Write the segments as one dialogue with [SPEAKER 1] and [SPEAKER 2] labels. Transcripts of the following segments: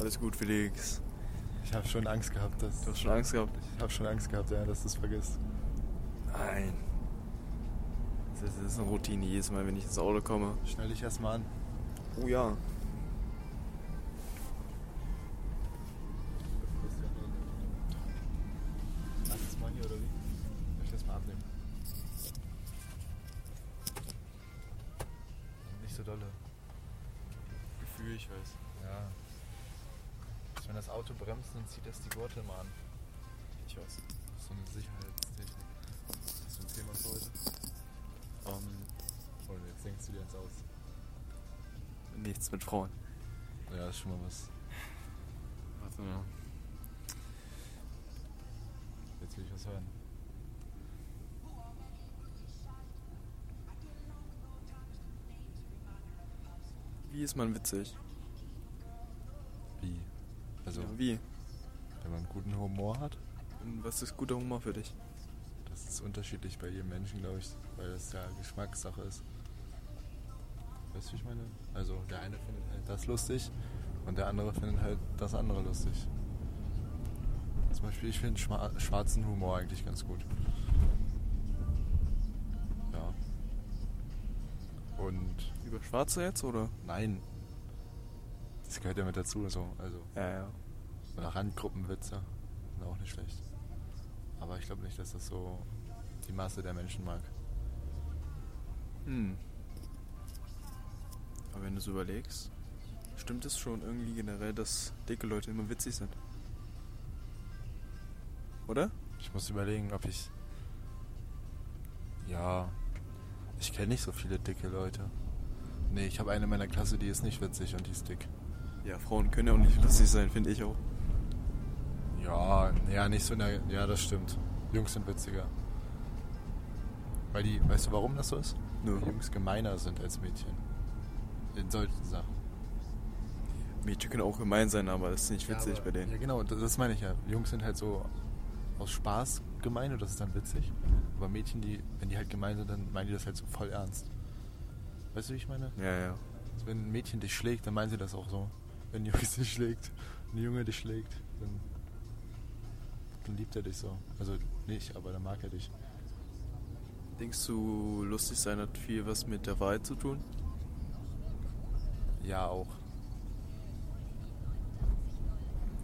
[SPEAKER 1] Alles gut, Felix.
[SPEAKER 2] Ich habe schon Angst gehabt, dass.
[SPEAKER 1] Du hast schon Angst gehabt.
[SPEAKER 2] Ich habe schon Angst gehabt, ja, dass du es vergisst.
[SPEAKER 1] Nein. Das ist eine Routine jedes Mal, wenn ich ins Auto komme.
[SPEAKER 2] Schnall dich erstmal an.
[SPEAKER 1] Oh ja.
[SPEAKER 2] Lass es mal hier, oder wie? Soll ich das mal abnehmen? Nicht so dolle.
[SPEAKER 1] Gefühl, ich weiß.
[SPEAKER 2] Ja. Also Wenn das Auto bremst, dann zieht das die Gurte immer an.
[SPEAKER 1] Ich weiß.
[SPEAKER 2] So eine Sicherheitstechnik. Das ist ein Thema für heute.
[SPEAKER 1] Ähm,
[SPEAKER 2] Und jetzt denkst du dir jetzt aus.
[SPEAKER 1] nichts mit Frauen.
[SPEAKER 2] Ja, ist schon mal was.
[SPEAKER 1] Warte mal.
[SPEAKER 2] Jetzt will ich was hören.
[SPEAKER 1] Wie ist man witzig?
[SPEAKER 2] Wie? Also,
[SPEAKER 1] Ja, wie?
[SPEAKER 2] wenn man guten Humor hat,
[SPEAKER 1] Und was ist guter Humor für dich?
[SPEAKER 2] das ist unterschiedlich bei jedem Menschen, glaube ich, weil das ja Geschmackssache ist. Weißt du, wie ich meine? Also, der eine findet halt das lustig und der andere findet halt das andere lustig. Zum Beispiel, ich finde schma- schwarzen Humor eigentlich ganz gut. Ja. Und
[SPEAKER 1] Über Schwarze jetzt oder?
[SPEAKER 2] nein. Das gehört ja mit dazu, so. Also.
[SPEAKER 1] Ja, ja.
[SPEAKER 2] Oder Randgruppenwitze sind auch nicht schlecht. Aber ich glaube nicht, dass das so die Masse der Menschen mag.
[SPEAKER 1] Hm. Aber wenn du es überlegst, stimmt es schon irgendwie generell, dass dicke Leute immer witzig sind. Oder?
[SPEAKER 2] Ich muss überlegen, ob ich. Ja. Ich kenne nicht so viele dicke Leute. Nee, ich habe eine in meiner Klasse, die ist nicht witzig und die ist dick.
[SPEAKER 1] Ja, Frauen können ja auch nicht lustig sein, finde ich auch.
[SPEAKER 2] Ja, ja, nicht so in der. Ja, das stimmt. Jungs sind witziger. Weil die. Weißt du, warum das so ist?
[SPEAKER 1] Nö.
[SPEAKER 2] Weil Jungs gemeiner sind als Mädchen. In solchen Sachen.
[SPEAKER 1] Mädchen können auch gemein sein, aber das ist nicht witzig
[SPEAKER 2] ja, aber-
[SPEAKER 1] bei denen.
[SPEAKER 2] Ja, genau, das, das meine ich ja. Jungs sind halt so aus Spaß gemein und das ist dann witzig. Aber Mädchen, die, wenn die halt gemein sind, dann meinen die das halt so voll ernst. Weißt du, wie ich meine?
[SPEAKER 1] Ja, ja.
[SPEAKER 2] Also wenn ein Mädchen dich schlägt, dann meinen sie das auch so. Wenn ein Junge dich schlägt, ein Junge dich schlägt, dann, dann liebt er dich so. Also nicht, aber dann mag er dich.
[SPEAKER 1] Denkst du, lustig sein hat viel was mit der Wahrheit zu tun?
[SPEAKER 2] Ja, auch.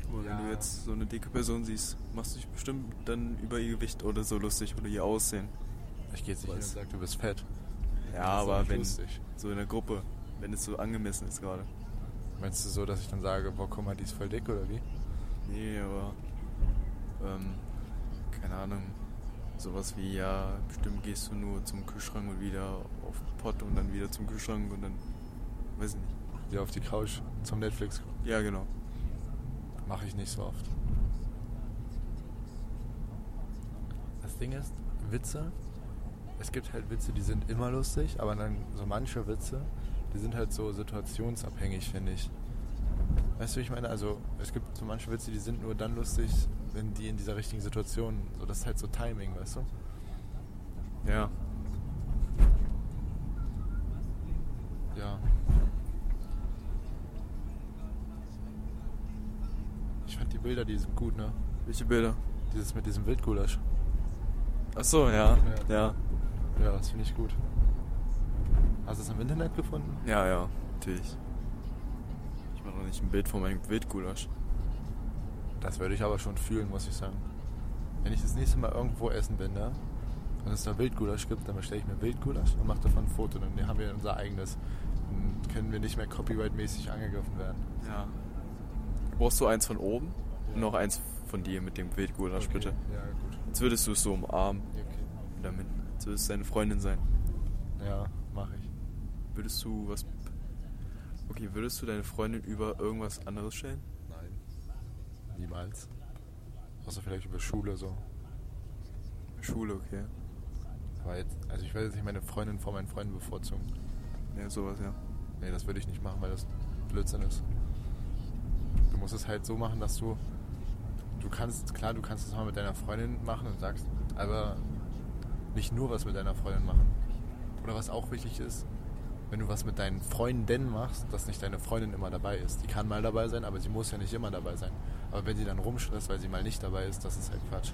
[SPEAKER 1] Guck mal, Wenn
[SPEAKER 2] Ja.
[SPEAKER 1] du jetzt so eine dicke Person siehst, machst du dich bestimmt dann über ihr Gewicht oder so lustig oder ihr Aussehen.
[SPEAKER 2] Ich gehe jetzt nicht hin und
[SPEAKER 1] Was?
[SPEAKER 2] sage, du bist fett.
[SPEAKER 1] Ja,
[SPEAKER 2] Das ist doch
[SPEAKER 1] aber
[SPEAKER 2] nicht
[SPEAKER 1] wenn
[SPEAKER 2] lustig.
[SPEAKER 1] so in der Gruppe, wenn es so angemessen ist gerade.
[SPEAKER 2] Meinst du so, dass ich dann sage, boah, guck mal, die ist voll dick oder wie?
[SPEAKER 1] Nee, aber ähm, keine Ahnung. Sowas wie, ja, bestimmt gehst du nur zum Kühlschrank und wieder auf den Pott und dann wieder zum Kühlschrank und dann, weiß ich nicht.
[SPEAKER 2] Ja, auf die Couch zum Netflix gucken.
[SPEAKER 1] Ja, genau.
[SPEAKER 2] Mache ich nicht so oft. Das Ding ist, Witze. Es gibt halt Witze, die sind immer lustig, aber dann so manche Witze, die sind halt so situationsabhängig, finde ich. Weißt du, wie ich meine? Also, es gibt so manche Witze, die sind nur dann lustig, wenn die in dieser richtigen Situation. So, das ist halt so Timing, weißt du?
[SPEAKER 1] Ja.
[SPEAKER 2] Ja. Ich fand die Bilder, die sind gut, ne?
[SPEAKER 1] Welche Bilder?
[SPEAKER 2] Dieses mit diesem Wildgulasch.
[SPEAKER 1] Ach so, ja.
[SPEAKER 2] Ja.
[SPEAKER 1] Ja.
[SPEAKER 2] Ja, das finde ich gut. Hast du es im Internet gefunden?
[SPEAKER 1] Ja, ja, natürlich. Ich mache noch nicht ein Bild von meinem Wildgulasch.
[SPEAKER 2] Das würde ich aber schon fühlen, muss ich sagen. Wenn ich das nächste Mal irgendwo essen bin, ne? Und es da Wildgulasch gibt, dann bestelle ich mir Wildgulasch und mache davon ein Foto. Dann haben wir unser eigenes. Dann können wir nicht mehr copyright-mäßig angegriffen werden.
[SPEAKER 1] Ja. Brauchst du eins von oben?
[SPEAKER 2] Ja.
[SPEAKER 1] Und noch eins von dir mit dem Wildgulasch,
[SPEAKER 2] Okay.
[SPEAKER 1] bitte.
[SPEAKER 2] Ja, gut.
[SPEAKER 1] Jetzt würdest du es so umarmen.
[SPEAKER 2] Ja, Okay.
[SPEAKER 1] Damit. Jetzt würdest du deine Freundin sein.
[SPEAKER 2] Ja, mache ich.
[SPEAKER 1] Würdest du was. Okay, würdest du deine Freundin über irgendwas anderes stellen?
[SPEAKER 2] Nein. Niemals. Außer vielleicht über Schule so.
[SPEAKER 1] Schule, okay.
[SPEAKER 2] Aber jetzt, also ich werde jetzt nicht meine Freundin vor meinen Freunden bevorzugen.
[SPEAKER 1] Ja, sowas, ja.
[SPEAKER 2] Nee, das würde ich nicht machen, weil das Blödsinn ist. Du musst es halt so machen, dass du. Du kannst, klar, du kannst es mal mit deiner Freundin machen und sagst, aber nicht nur was mit deiner Freundin machen. Oder was auch wichtig ist, wenn du was mit deinen Freunden machst, dass nicht deine Freundin immer dabei ist. Die kann mal dabei sein, aber sie muss ja nicht immer dabei sein. Aber wenn sie dann rumstresst, weil sie mal nicht dabei ist, das ist halt Quatsch.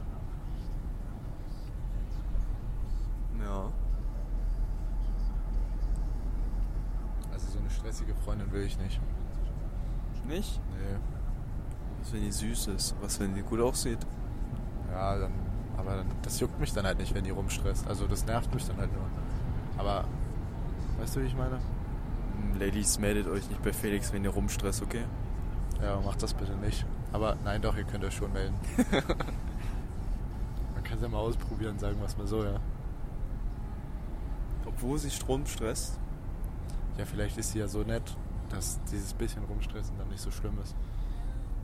[SPEAKER 1] Ja.
[SPEAKER 2] Also so eine stressige Freundin will ich nicht.
[SPEAKER 1] Nicht?
[SPEAKER 2] Nee.
[SPEAKER 1] Was, wenn die süß ist? Was, wenn die gut aussieht?
[SPEAKER 2] Ja, dann, aber dann, das juckt mich dann halt nicht, wenn die rumstresst. Also das nervt mich dann halt nur. Aber, weißt du, wie ich meine?
[SPEAKER 1] Hm, Ladies, meldet euch nicht bei Felix, wenn ihr rumstresst, okay?
[SPEAKER 2] Ja, macht das bitte nicht. Aber nein, doch, ihr könnt euch schon melden. Man kann es ja mal ausprobieren, sagen wir es mal so, ja.
[SPEAKER 1] Obwohl sie Strom stresst.
[SPEAKER 2] Ja, vielleicht ist sie ja so nett, dass dieses bisschen rumstressen dann nicht so schlimm ist.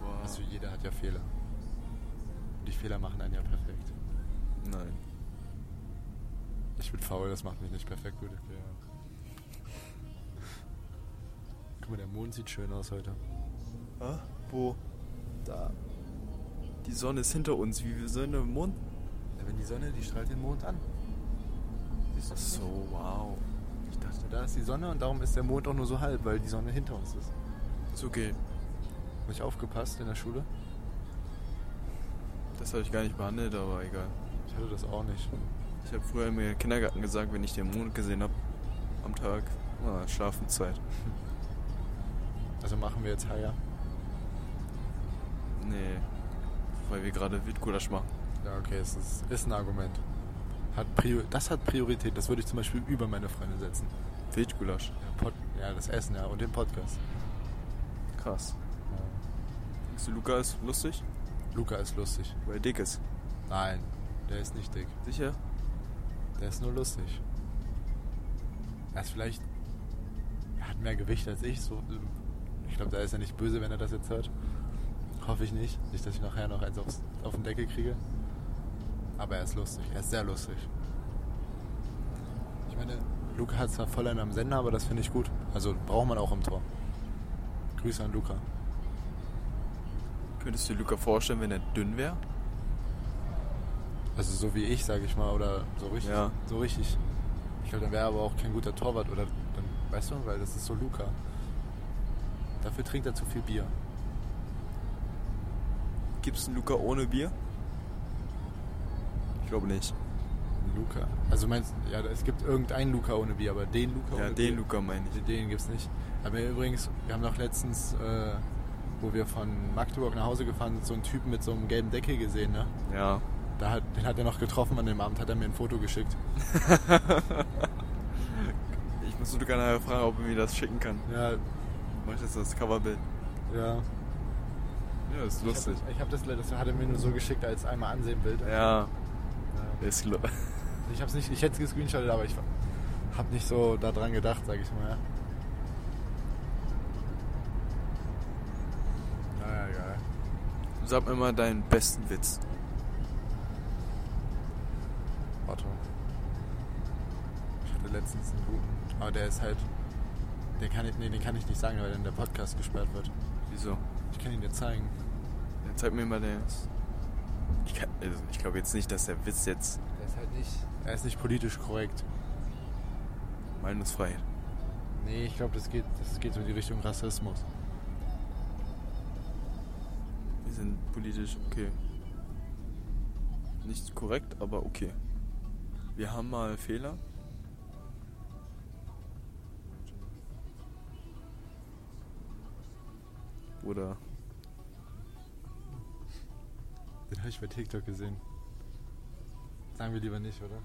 [SPEAKER 1] Wow.
[SPEAKER 2] Also jeder hat ja Fehler. Und die Fehler machen einen ja perfekt.
[SPEAKER 1] Nein.
[SPEAKER 2] Ich bin faul, das macht mich nicht perfekt, gute Fehler. Guck mal, der Mond sieht schön aus heute.
[SPEAKER 1] Ah, wo? Da. Die Sonne ist hinter uns, wie wir sind im Mond.
[SPEAKER 2] wenn die Sonne, die strahlt den Mond an.
[SPEAKER 1] Ach so, wow. Ich dachte,
[SPEAKER 2] Da ist die Sonne und darum ist der Mond auch nur so halb, weil die Sonne hinter uns ist.
[SPEAKER 1] ist okay.
[SPEAKER 2] Hab ich aufgepasst in der Schule?
[SPEAKER 1] Das habe ich gar nicht behandelt, aber egal.
[SPEAKER 2] Ich hatte das auch nicht.
[SPEAKER 1] Ich habe früher im Kindergarten gesagt, wenn ich den Mond gesehen habe, am Tag, ah, Schlafenszeit.
[SPEAKER 2] Also machen wir jetzt Haier.
[SPEAKER 1] Nee, weil wir gerade Wildgulasch machen.
[SPEAKER 2] Ja, okay, es ist, ist ein Argument. Hat Prior das hat Priorität, das würde ich zum Beispiel über meine Freunde setzen.
[SPEAKER 1] Wildgulasch,
[SPEAKER 2] Ja, Pod ja das Essen, ja, und den Podcast.
[SPEAKER 1] krass. Denkst du, Luca ist lustig?
[SPEAKER 2] Luca ist lustig.
[SPEAKER 1] Weil er dick ist.
[SPEAKER 2] Nein, der ist nicht dick.
[SPEAKER 1] Sicher?
[SPEAKER 2] Der ist nur lustig. Er ist vielleicht. Er hat mehr Gewicht als ich. So, ähm, ich glaube, da ist er nicht böse, wenn er das jetzt hört. Hoffe ich nicht. Nicht, dass ich nachher noch eins aufs, auf den Deckel kriege. Aber er ist lustig. Er ist sehr lustig. Ich meine, Luca hat zwar voll einen am Sender, aber das finde ich gut. Also braucht man auch im Tor. Grüße an Luca.
[SPEAKER 1] Könntest du dir Luca vorstellen, wenn er dünn wäre?
[SPEAKER 2] Also so wie ich, sage ich mal, oder so richtig.
[SPEAKER 1] Ja.
[SPEAKER 2] So richtig. Ich glaube, dann wäre er aber auch kein guter Torwart oder dann, weißt du, weil das ist so Luca. Dafür trinkt er zu viel Bier.
[SPEAKER 1] Gibt's einen Luca ohne Bier? Ich glaube nicht.
[SPEAKER 2] Luca. Also meinst ja, es gibt irgendeinen Luca ohne Bier, aber den Luca
[SPEAKER 1] Ja,
[SPEAKER 2] ohne
[SPEAKER 1] den
[SPEAKER 2] Bier.
[SPEAKER 1] Luca meine ich.
[SPEAKER 2] Den gibt's nicht. Aber übrigens, wir haben doch letztens, äh, wo wir von Magdeburg nach Hause gefahren sind, so einen Typen mit so einem gelben Deckel gesehen, ne?
[SPEAKER 1] Ja.
[SPEAKER 2] Da hat, den hat er noch getroffen an dem Abend, hat er mir ein Foto geschickt.
[SPEAKER 1] Ich muss Luca nachher fragen, ob er mir das schicken kann.
[SPEAKER 2] Ja,
[SPEAKER 1] Mach ich das als Coverbild?
[SPEAKER 2] ja.
[SPEAKER 1] Ja, ist lustig.
[SPEAKER 2] Ich habe ich hab das, das hat er mir nur so geschickt als einmal ansehen Bild.
[SPEAKER 1] Ja,
[SPEAKER 2] Ja.
[SPEAKER 1] ist lo
[SPEAKER 2] Äh, Ich hab's nicht, ich hätte es gescreenshottet, aber ich hab nicht so daran gedacht, sag ich mal. Naja, egal.
[SPEAKER 1] Sag mir mal deinen besten Witz.
[SPEAKER 2] Warte. Ich hatte letztens einen guten. Aber der ist halt. Den kann ich, nee, den kann ich nicht sagen, weil dann der Podcast gesperrt wird.
[SPEAKER 1] Wieso?
[SPEAKER 2] Ich kann ihn dir zeigen.
[SPEAKER 1] Ja, zeig mir mal den. Ich, kann- also, ich glaube jetzt nicht, dass der Witz jetzt
[SPEAKER 2] Er ist halt nicht. Er ist nicht politisch korrekt.
[SPEAKER 1] meinungsfrei.
[SPEAKER 2] Nee, ich glaube, das geht, das geht so in die Richtung Rassismus.
[SPEAKER 1] Wir sind politisch okay. Nicht korrekt, aber okay. Wir haben mal Fehler. Oder
[SPEAKER 2] Den habe ich bei TikTok gesehen. Sagen wir lieber nicht, oder?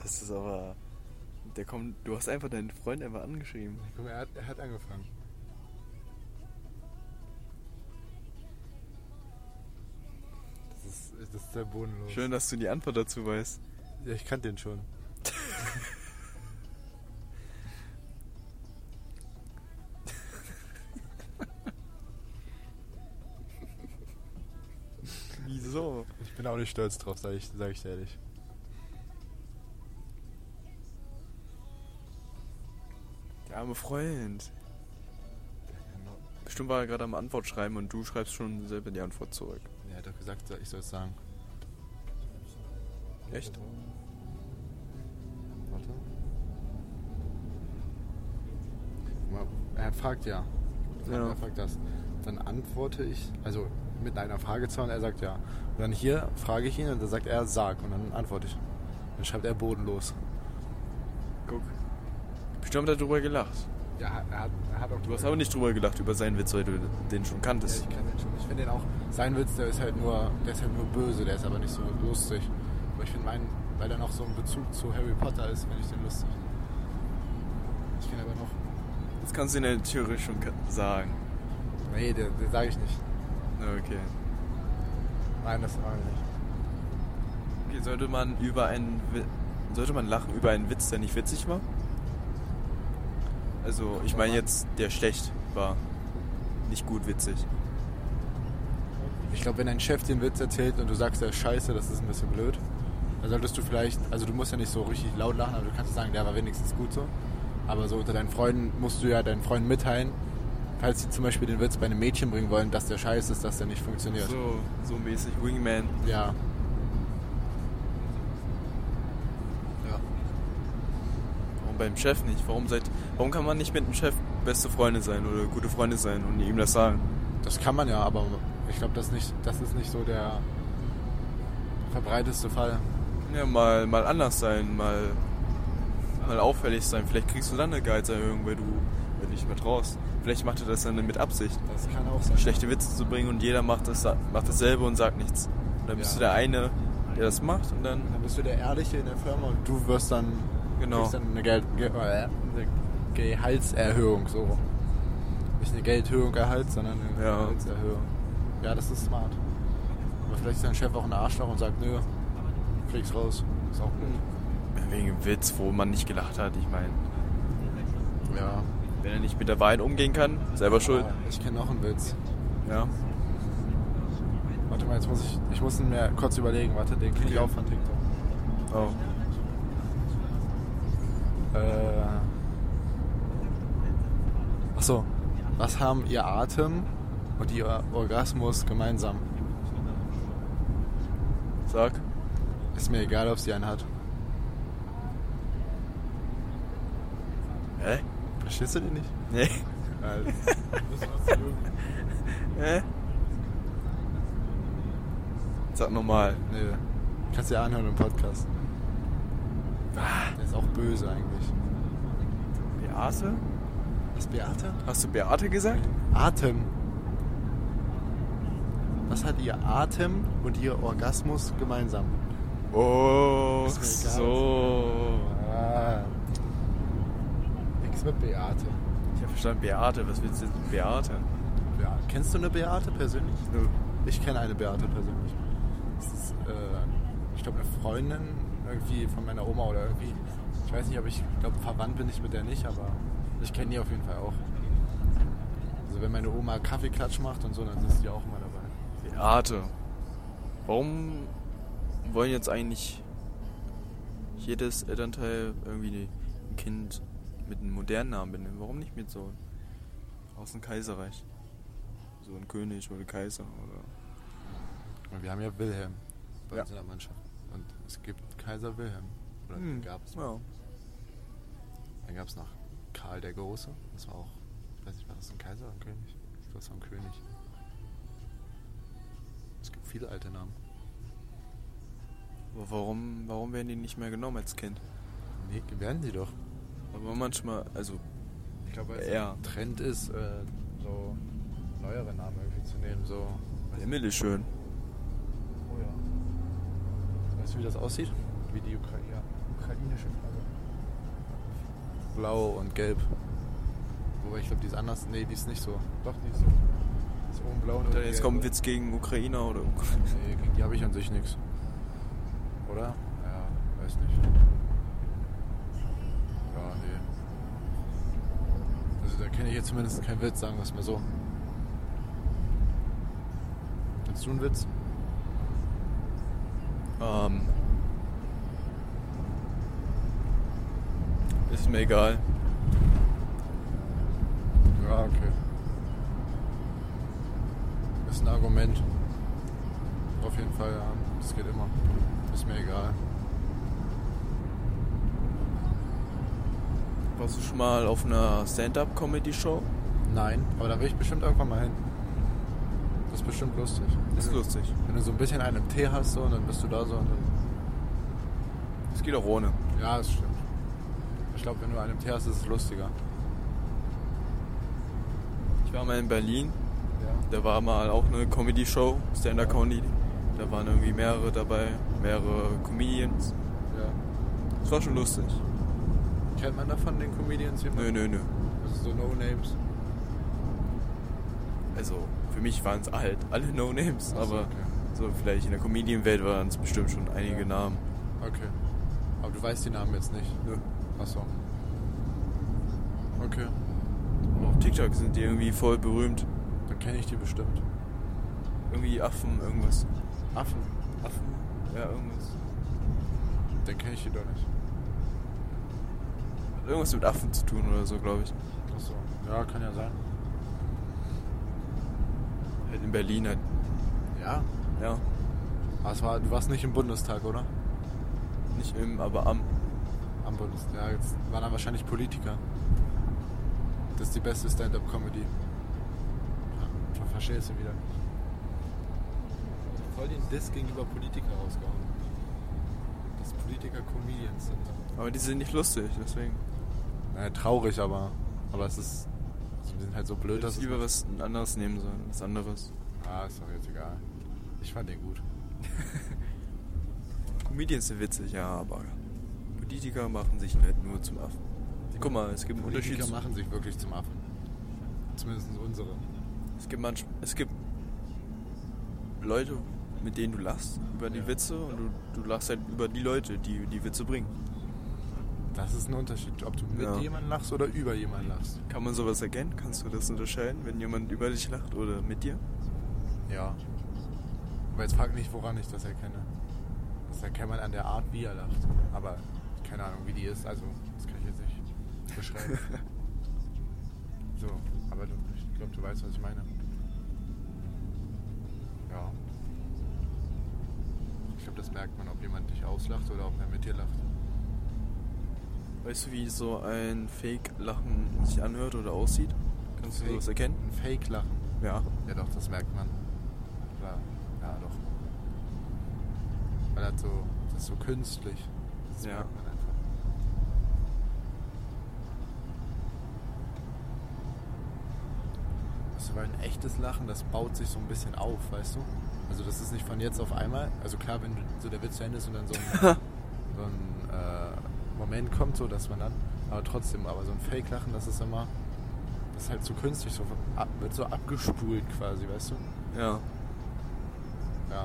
[SPEAKER 1] das ist aber der kommt du hast einfach deinen Freund einfach angeschrieben.
[SPEAKER 2] Guck mal, er hat, er hat angefangen. Das ist, das ist sehr bodenlos.
[SPEAKER 1] Schön, dass du die Antwort dazu weißt.
[SPEAKER 2] Ja, ich kannte den schon.
[SPEAKER 1] Wieso?
[SPEAKER 2] Ich bin auch nicht stolz drauf, sag ich, sag ich dir ehrlich.
[SPEAKER 1] Der arme Freund. Bestimmt war er gerade am Antwort schreiben und du schreibst schon selber die Antwort zurück.
[SPEAKER 2] Er hat doch gesagt, ich soll es sagen.
[SPEAKER 1] Echt?
[SPEAKER 2] Warte. er fragt ja.
[SPEAKER 1] Ja.
[SPEAKER 2] Er fragt das. Dann antworte ich, also mit einer Fragezahl, er sagt ja. Und dann hier frage ich ihn und dann sagt er sag und dann antworte ich. Dann schreibt er bodenlos.
[SPEAKER 1] Guck. Bestimmt hat er drüber gelacht.
[SPEAKER 2] Ja, er hat, er hat auch
[SPEAKER 1] Du hast aber nicht drüber gelacht über seinen Witz, weil du den schon
[SPEAKER 2] Ja,
[SPEAKER 1] kanntest.
[SPEAKER 2] ich kann den schon. Ich finde den auch. Sein Witz, der ist halt nur, der ist halt nur böse, der ist aber nicht so lustig. Aber ich finde meinen, weil er noch so ein Bezug zu Harry Potter ist, finde ich den lustig. Ich finde aber noch.
[SPEAKER 1] Jetzt kannst du ihn ja theoretisch schon ka- sagen.
[SPEAKER 2] Nee, den, den sage ich nicht.
[SPEAKER 1] Na, Okay.
[SPEAKER 2] Nein, das sage ich nicht.
[SPEAKER 1] okay. Sollte man über einen Wi- sollte man lachen über einen Witz, der nicht witzig war? Also, ich meine jetzt, der schlecht war. Nicht gut witzig.
[SPEAKER 2] Ich glaube, wenn dein Chef den Witz erzählt und du sagst, der ist scheiße, das ist ein bisschen blöd, dann solltest du vielleicht, also du musst ja nicht so richtig laut lachen, aber du kannst sagen, der war wenigstens gut so. Aber so unter deinen Freunden musst du ja deinen Freunden mitteilen, falls sie zum Beispiel den Witz bei einem Mädchen bringen wollen, dass der scheiße ist, dass der nicht funktioniert.
[SPEAKER 1] So, so mäßig Wingman.
[SPEAKER 2] Ja. Ja.
[SPEAKER 1] Warum beim Chef nicht? Warum seid warum kann man nicht mit dem Chef beste Freunde sein oder gute Freunde sein und ihm das sagen?
[SPEAKER 2] Das kann man ja, aber ich glaube, das, nicht- das ist nicht so der verbreiteste Fall.
[SPEAKER 1] Ja, mal, mal anders sein, mal, mal auffällig sein. Vielleicht kriegst du dann eine Gehaltserhöhung, weil du wenn nicht mehr traust. Vielleicht macht er das dann mit Absicht, um
[SPEAKER 2] Das kann auch sein.
[SPEAKER 1] schlechte Witze zu bringen und jeder macht, das, macht dasselbe und sagt nichts. Und dann bist
[SPEAKER 2] Ja.
[SPEAKER 1] du der eine, der das macht und dann
[SPEAKER 2] Dann bist du der Ehrliche in der Firma und du wirst dann,
[SPEAKER 1] Genau.
[SPEAKER 2] kriegst dann eine, Geld, Ge äh, eine Gehaltserhöhung. So. rum. Nicht eine Geldhöhung erhalt, sondern eine
[SPEAKER 1] Ja.
[SPEAKER 2] Gehaltserhöhung. Ja, das ist smart. Aber vielleicht ist dein Chef auch ein Arschloch und sagt, nö, krieg's raus. Ist auch gut.
[SPEAKER 1] wegen Witz, wo man nicht gelacht hat. Ich meine,
[SPEAKER 2] Ja.
[SPEAKER 1] wenn er nicht mit der Wahrheit umgehen kann, selber schuld.
[SPEAKER 2] Ah, Ich kenne noch einen Witz.
[SPEAKER 1] Ja.
[SPEAKER 2] Warte mal, jetzt muss ich, ich muss ihn mir kurz überlegen. Warte, den kriege ich
[SPEAKER 1] Okay.
[SPEAKER 2] auch von TikTok.
[SPEAKER 1] Oh.
[SPEAKER 2] Äh. Achso. Was haben ihr Atem und ihr Orgasmus gemeinsam?
[SPEAKER 1] Sag.
[SPEAKER 2] Ist mir egal, ob sie einen hat.
[SPEAKER 1] Hä?
[SPEAKER 2] Verstehst du den nicht?
[SPEAKER 1] Nee. Hä? Sag nochmal.
[SPEAKER 2] nee. Kannst du dir anhören im Podcast. Ah, Der ist auch böse eigentlich.
[SPEAKER 1] Beate?
[SPEAKER 2] Was, Beate?
[SPEAKER 1] Hast du Beate gesagt?
[SPEAKER 2] Atem. Was hat ihr Atem und ihr Orgasmus gemeinsam?
[SPEAKER 1] Oh,
[SPEAKER 2] Ist mir egal.
[SPEAKER 1] so.
[SPEAKER 2] Ah. Nix mit Beate.
[SPEAKER 1] Ich hab verstanden, Beate. Was willst du jetzt mit Beate?
[SPEAKER 2] Beate. Kennst du eine Beate persönlich?
[SPEAKER 1] Nö.
[SPEAKER 2] Ich kenne eine Beate persönlich. Das ist, äh, ich glaube, eine Freundin irgendwie von meiner Oma oder irgendwie. Ich weiß nicht, ob ich glaube, verwandt bin ich mit der nicht, aber ich kenne die auf jeden Fall auch. Also wenn meine Oma Kaffeeklatsch macht und so, dann sitzt die auch immer dabei.
[SPEAKER 1] Beate. Warum wollen jetzt eigentlich jedes Elternteil irgendwie ein Kind mit einem modernen Namen benennen? Warum nicht mit so aus dem Kaiserreich? So ein König oder Kaiser oder.
[SPEAKER 2] Und wir haben ja Wilhelm bei
[SPEAKER 1] Ja.
[SPEAKER 2] uns in der Mannschaft. Und es gibt Kaiser Wilhelm. Oder
[SPEAKER 1] Hm,
[SPEAKER 2] gab es
[SPEAKER 1] Ja.
[SPEAKER 2] Dann gab es noch Karl der Große. Das war auch, ich weiß nicht, war das ein Kaiser oder ein König? Ich glaube, das war ein König. Es gibt viele alte Namen.
[SPEAKER 1] Aber warum, warum werden die nicht mehr genommen als Kind?
[SPEAKER 2] Nee, werden sie doch.
[SPEAKER 1] Aber manchmal, also
[SPEAKER 2] Ich glaube, weil es
[SPEAKER 1] Ja.
[SPEAKER 2] ein Trend ist, äh, so neuere Namen irgendwie zu nehmen. So.
[SPEAKER 1] der Himmel ist schön.
[SPEAKER 2] Oh ja. Weißt du, wie das aussieht? Wie die Ukra ja, ukrainische Flagge. Blau und gelb. Wobei ich glaube, die ist anders. Nee, die ist nicht so. Doch, die ist so. Die ist oben blau und
[SPEAKER 1] Und dann
[SPEAKER 2] unten
[SPEAKER 1] jetzt
[SPEAKER 2] gelb,
[SPEAKER 1] kommt ein
[SPEAKER 2] oder?
[SPEAKER 1] Witz gegen Ukrainer oder Ukra
[SPEAKER 2] Nee, gegen die habe ich an sich nichts. Oder? Ja, weiß nicht. Ja, nee. Also da kenne ich jetzt zumindest keinen Witz, sagen wir es mal so. Willst du einen Witz?
[SPEAKER 1] Ähm. Ist mir egal.
[SPEAKER 2] Ja, okay. Ist ein Argument. Auf jeden Fall, ja. Das geht immer. Ist mir egal.
[SPEAKER 1] Warst du schon mal auf einer Stand-up-Comedy-Show?
[SPEAKER 2] Nein, aber da will ich bestimmt irgendwann mal hin. Das ist bestimmt lustig.
[SPEAKER 1] Ist
[SPEAKER 2] Wenn du-
[SPEAKER 1] lustig.
[SPEAKER 2] Wenn du so ein bisschen einen im Tee hast, so, und dann bist du da so. Und dann,
[SPEAKER 1] Es geht auch ohne.
[SPEAKER 2] ja, das stimmt. Ich glaube, wenn du einen im Tee hast, ist es lustiger.
[SPEAKER 1] Ich war mal in Berlin,
[SPEAKER 2] Ja.
[SPEAKER 1] da war mal auch eine Comedy-Show, Stand-Up Comedy. Da waren irgendwie mehrere dabei, mehrere Comedians.
[SPEAKER 2] ja.
[SPEAKER 1] Das war schon lustig.
[SPEAKER 2] Kennt man davon den Comedians jemanden?
[SPEAKER 1] Nö, nö, nö.
[SPEAKER 2] Also so No-Names.
[SPEAKER 1] Also für mich waren es halt alle No-Names,
[SPEAKER 2] Ach so,
[SPEAKER 1] aber
[SPEAKER 2] okay.
[SPEAKER 1] so vielleicht in der Comedian-Welt waren es bestimmt schon einige
[SPEAKER 2] Ja.
[SPEAKER 1] Namen.
[SPEAKER 2] Okay. Aber du weißt die Namen jetzt nicht.
[SPEAKER 1] Nö.
[SPEAKER 2] Achso. Okay.
[SPEAKER 1] Aber auf TikTok sind die irgendwie voll berühmt.
[SPEAKER 2] Dann kenne ich die bestimmt.
[SPEAKER 1] Irgendwie Affen, irgendwas.
[SPEAKER 2] Affen.
[SPEAKER 1] Affen? Ja, irgendwas.
[SPEAKER 2] Dann kenne ich die doch nicht.
[SPEAKER 1] Hat irgendwas mit Affen zu tun oder so, glaube ich.
[SPEAKER 2] Achso. Ja, kann ja sein.
[SPEAKER 1] Halt in Berlin halt.
[SPEAKER 2] Ja.
[SPEAKER 1] Ja.
[SPEAKER 2] Aber es war, du warst nicht im Bundestag, oder?
[SPEAKER 1] Nicht im, aber am.
[SPEAKER 2] Am Bundestag. Ja, jetzt waren da wahrscheinlich Politiker. Das ist die beste Stand-up-Comedy. Ja, ich verstehe es wieder. Voll den Diss gegenüber Politiker rausgehauen. Dass Politiker Comedians sind.
[SPEAKER 1] Aber die sind nicht lustig, deswegen.
[SPEAKER 2] Naja, traurig, aber, aber es ist. Also wir sind halt so blöd,
[SPEAKER 1] Hätte
[SPEAKER 2] dass
[SPEAKER 1] ich
[SPEAKER 2] es-
[SPEAKER 1] lieber was anderes nehmen sollen, was anderes.
[SPEAKER 2] Ah, ist doch jetzt egal. Ich fand den gut.
[SPEAKER 1] Comedians sind witzig, ja, aber Politiker machen sich halt nur zum Affen. Guck mal, es gibt einen Unterschied.
[SPEAKER 2] Politiker
[SPEAKER 1] zu-
[SPEAKER 2] machen sich wirklich zum Affen. Zumindest unsere.
[SPEAKER 1] Es gibt manch, es gibt Leute, mit denen du lachst über die
[SPEAKER 2] Ja.
[SPEAKER 1] Witze und du, du lachst halt über die Leute, die die Witze bringen.
[SPEAKER 2] Das ist ein Unterschied, ob du mit
[SPEAKER 1] Ja.
[SPEAKER 2] jemandem lachst oder über jemanden lachst.
[SPEAKER 1] Kann man sowas erkennen? Kannst du das unterscheiden, wenn jemand über dich lacht oder mit dir?
[SPEAKER 2] Ja. Aber jetzt frag nicht, woran ich das erkenne. Das erkennt man an der Art, wie er lacht. Aber keine Ahnung, wie die ist. Also, das kann ich jetzt nicht beschreiben. so, aber du, ich glaube, du weißt, was ich meine. Ja. Ich glaube, das merkt man, ob jemand dich auslacht oder ob er mit dir lacht.
[SPEAKER 1] Weißt du, wie so ein Fake-Lachen sich anhört oder aussieht? Kannst du
[SPEAKER 2] Fake-
[SPEAKER 1] sowas erkennen?
[SPEAKER 2] Ein Fake-Lachen.
[SPEAKER 1] Ja.
[SPEAKER 2] Ja doch, das merkt man. Klar, ja doch. Weil das so, das ist so künstlich. Das
[SPEAKER 1] Ja.
[SPEAKER 2] merkt man einfach. Also, weil ein echtes Lachen, das baut sich so ein bisschen auf, weißt du? Also das ist nicht von jetzt auf einmal. Also klar, wenn du- so der Witz zu Ende ist und dann so ein, so ein äh, Moment kommt, so dass man dann. Aber trotzdem, aber so ein Fake-Lachen, das ist immer. Das ist halt so künstlich, so von- ab, wird so abgespult quasi, weißt du?
[SPEAKER 1] Ja.
[SPEAKER 2] Ja.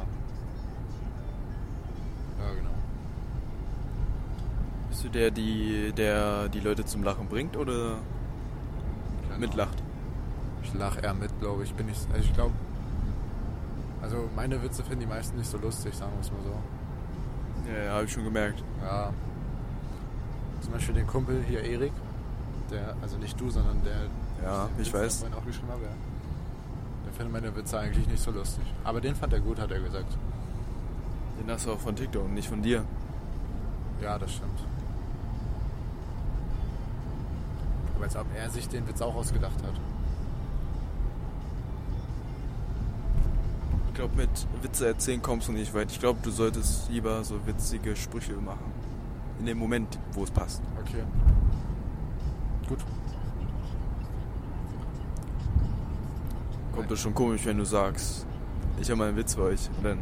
[SPEAKER 2] Ja, genau.
[SPEAKER 1] Bist du der, die, der die Leute zum Lachen bringt oder
[SPEAKER 2] Keine
[SPEAKER 1] mitlacht?
[SPEAKER 2] Ich lache eher mit, glaube ich. Bin ich, also ich glaube. Also meine Witze finden die meisten nicht so lustig, sagen wir es mal so.
[SPEAKER 1] Ja, ja habe ich schon gemerkt.
[SPEAKER 2] Ja. Zum Beispiel den Kumpel hier, Erik. Der, also nicht du, sondern der.
[SPEAKER 1] Ja,
[SPEAKER 2] den
[SPEAKER 1] ich
[SPEAKER 2] Witz, der
[SPEAKER 1] weiß.
[SPEAKER 2] vorhin auch geschrieben habe, ja. Der findet meine Witze eigentlich nicht so lustig. Aber den fand er gut, hat er gesagt.
[SPEAKER 1] Den hast du auch von TikTok und nicht von dir.
[SPEAKER 2] Ja, das stimmt. Aber als ob er sich den Witz auch ausgedacht hat.
[SPEAKER 1] Ich glaube, mit Witze erzählen kommst du nicht weit. Ich glaube, du solltest lieber so witzige Sprüche machen. In dem Moment, wo es passt.
[SPEAKER 2] Okay. Gut.
[SPEAKER 1] Kommt das schon komisch, wenn du sagst, ich habe mal einen Witz für euch. Und dann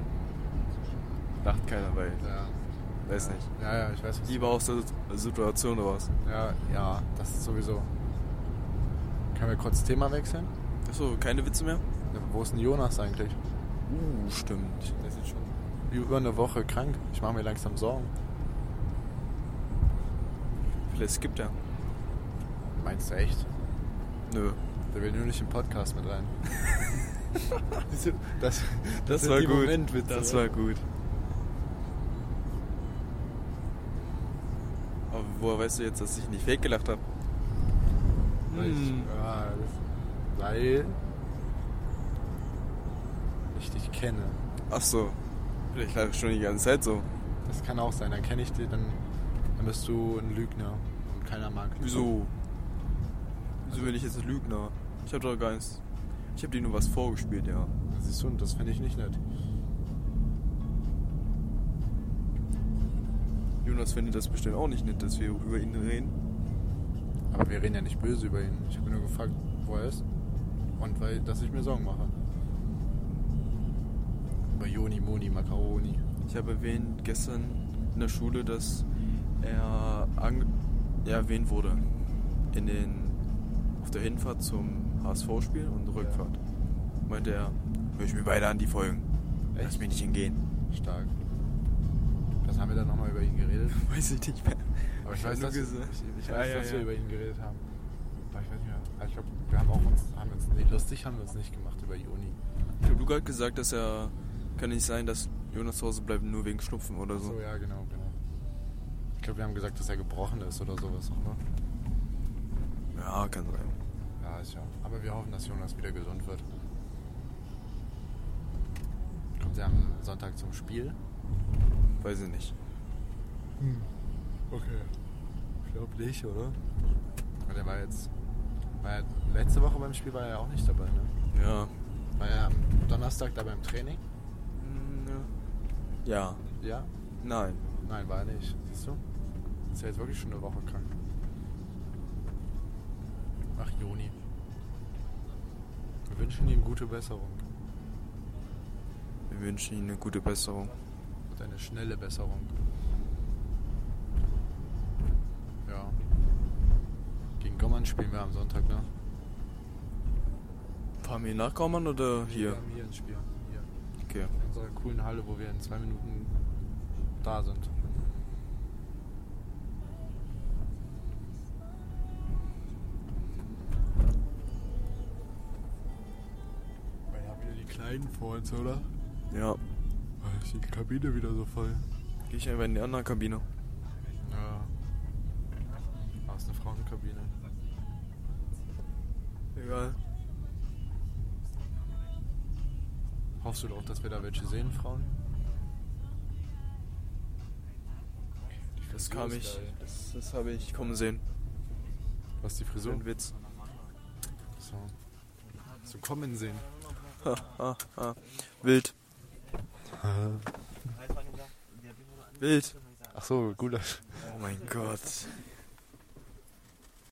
[SPEAKER 1] lacht keiner, weil,
[SPEAKER 2] Ja.
[SPEAKER 1] weiß nicht.
[SPEAKER 2] Ja, ja, ich weiß was.
[SPEAKER 1] Lieber aus der Sit- Situation raus.
[SPEAKER 2] Ja, ja, das ist sowieso. Können wir kurz Thema wechseln?
[SPEAKER 1] Achso, keine Witze mehr?
[SPEAKER 2] Ja, Wo ist denn Jonas eigentlich?
[SPEAKER 1] Uh, stimmt.
[SPEAKER 2] Der ist jetzt schon über eine Woche krank. Ich mache mir langsam Sorgen.
[SPEAKER 1] Vielleicht skippt er.
[SPEAKER 2] Meinst du echt?
[SPEAKER 1] Nö.
[SPEAKER 2] Der will nur nicht im Podcast mit rein. das,
[SPEAKER 1] Das, war gut. das war gut. Aber woher weißt du jetzt, dass ich nicht fake gelacht habe?
[SPEAKER 2] Weil ich,
[SPEAKER 1] Hm.
[SPEAKER 2] ja, das, weil ich dich kenne.
[SPEAKER 1] Ach so. Vielleicht lache ich schon die ganze Zeit so.
[SPEAKER 2] Das kann auch sein. Dann kenne ich dich, dann, dann bist du ein Lügner und keiner mag Lügner.
[SPEAKER 1] Wieso? Wieso bin ich jetzt ein Lügner? Ich habe doch gar nichts. Ich habe dir nur was vorgespielt, ja.
[SPEAKER 2] Siehst du, und das fände ich nicht nett.
[SPEAKER 1] Jonas findet das bestimmt auch nicht nett, dass wir über ihn reden.
[SPEAKER 2] Aber wir reden ja nicht böse über ihn. Ich habe nur gefragt, wo er ist. Und weil, dass ich mir Sorgen mache. Über Joni, Moni, Macaroni.
[SPEAKER 1] Ich habe erwähnt gestern in der Schule, dass er, ange er erwähnt wurde in den auf der Hinfahrt zum HSV-Spiel und
[SPEAKER 2] Ja.
[SPEAKER 1] Rückfahrt. Meinte er, hör ich mir beide an die Folgen. Lass
[SPEAKER 2] Echt?
[SPEAKER 1] mich nicht entgehen.
[SPEAKER 2] Stark. Was haben wir dann nochmal über ihn geredet?
[SPEAKER 1] Weiß ich nicht mehr.
[SPEAKER 2] Aber ich
[SPEAKER 1] hab
[SPEAKER 2] weiß,
[SPEAKER 1] nur
[SPEAKER 2] dass, ich,
[SPEAKER 1] gesagt-
[SPEAKER 2] ich
[SPEAKER 1] Ja,
[SPEAKER 2] weiß,
[SPEAKER 1] ja,
[SPEAKER 2] dass
[SPEAKER 1] ja.
[SPEAKER 2] wir über ihn geredet haben. Aber ich weiß nicht mehr. Aber Ich glaube, wir haben auch uns, haben uns nee, lustig haben wir uns nicht gemacht über Joni.
[SPEAKER 1] Ich glaub, Luca hat gesagt, dass er. Kann nicht sein, dass Jonas zu Hause bleibt, nur wegen Schnupfen oder so.
[SPEAKER 2] So, ja, genau, genau. Ich glaube, wir haben gesagt, dass er gebrochen ist oder sowas, oder?
[SPEAKER 1] Ja, kann sein.
[SPEAKER 2] Ja, ist ja. Aber wir hoffen, dass Jonas wieder gesund wird. Kommt er am Sonntag zum Spiel?
[SPEAKER 1] Weiß ich nicht.
[SPEAKER 2] Okay. Ich glaube nicht, oder? Aber der war jetzt. War er, letzte Woche beim Spiel war er auch nicht dabei, ne?
[SPEAKER 1] Ja.
[SPEAKER 2] War er am Donnerstag da beim Training?
[SPEAKER 1] Hm, Ja. Ja.
[SPEAKER 2] Ja?
[SPEAKER 1] Nein.
[SPEAKER 2] Nein, war er nicht. Siehst du? Ist ja jetzt wirklich schon eine Woche krank. Ach, Joni. Wir wünschen ihm gute Besserung.
[SPEAKER 1] Wir wünschen Ihnen eine gute Besserung.
[SPEAKER 2] Und eine schnelle Besserung. Ja. Gegen Gommern spielen wir am Sonntag, ne?
[SPEAKER 1] Fahren wir nach Kaumann oder Äh,
[SPEAKER 2] Wir
[SPEAKER 1] hier?
[SPEAKER 2] haben hier ein Spiel. Hier.
[SPEAKER 1] Okay.
[SPEAKER 2] In unserer coolen Halle, wo wir in zwei Minuten da sind. Wir haben wieder die Kleinen vor uns, oder?
[SPEAKER 1] Ja.
[SPEAKER 2] Weil ist die Kabine wieder so voll.
[SPEAKER 1] Gehe ich einfach in die andere Kabine.
[SPEAKER 2] Ja. Ah, ist eine Frauenkabine.
[SPEAKER 1] Egal.
[SPEAKER 2] Hoffst du doch, dass wir da welche sehen, Frauen?
[SPEAKER 1] Das kam ich. Das, das habe ich kommen sehen.
[SPEAKER 2] Was die
[SPEAKER 1] So
[SPEAKER 2] Frisur?
[SPEAKER 1] ein Witz.
[SPEAKER 2] So. So kommen sehen.
[SPEAKER 1] Ha, ha, ha. Wild. Wild.
[SPEAKER 2] Ach so, Gulasch.
[SPEAKER 1] Oh mein Gott.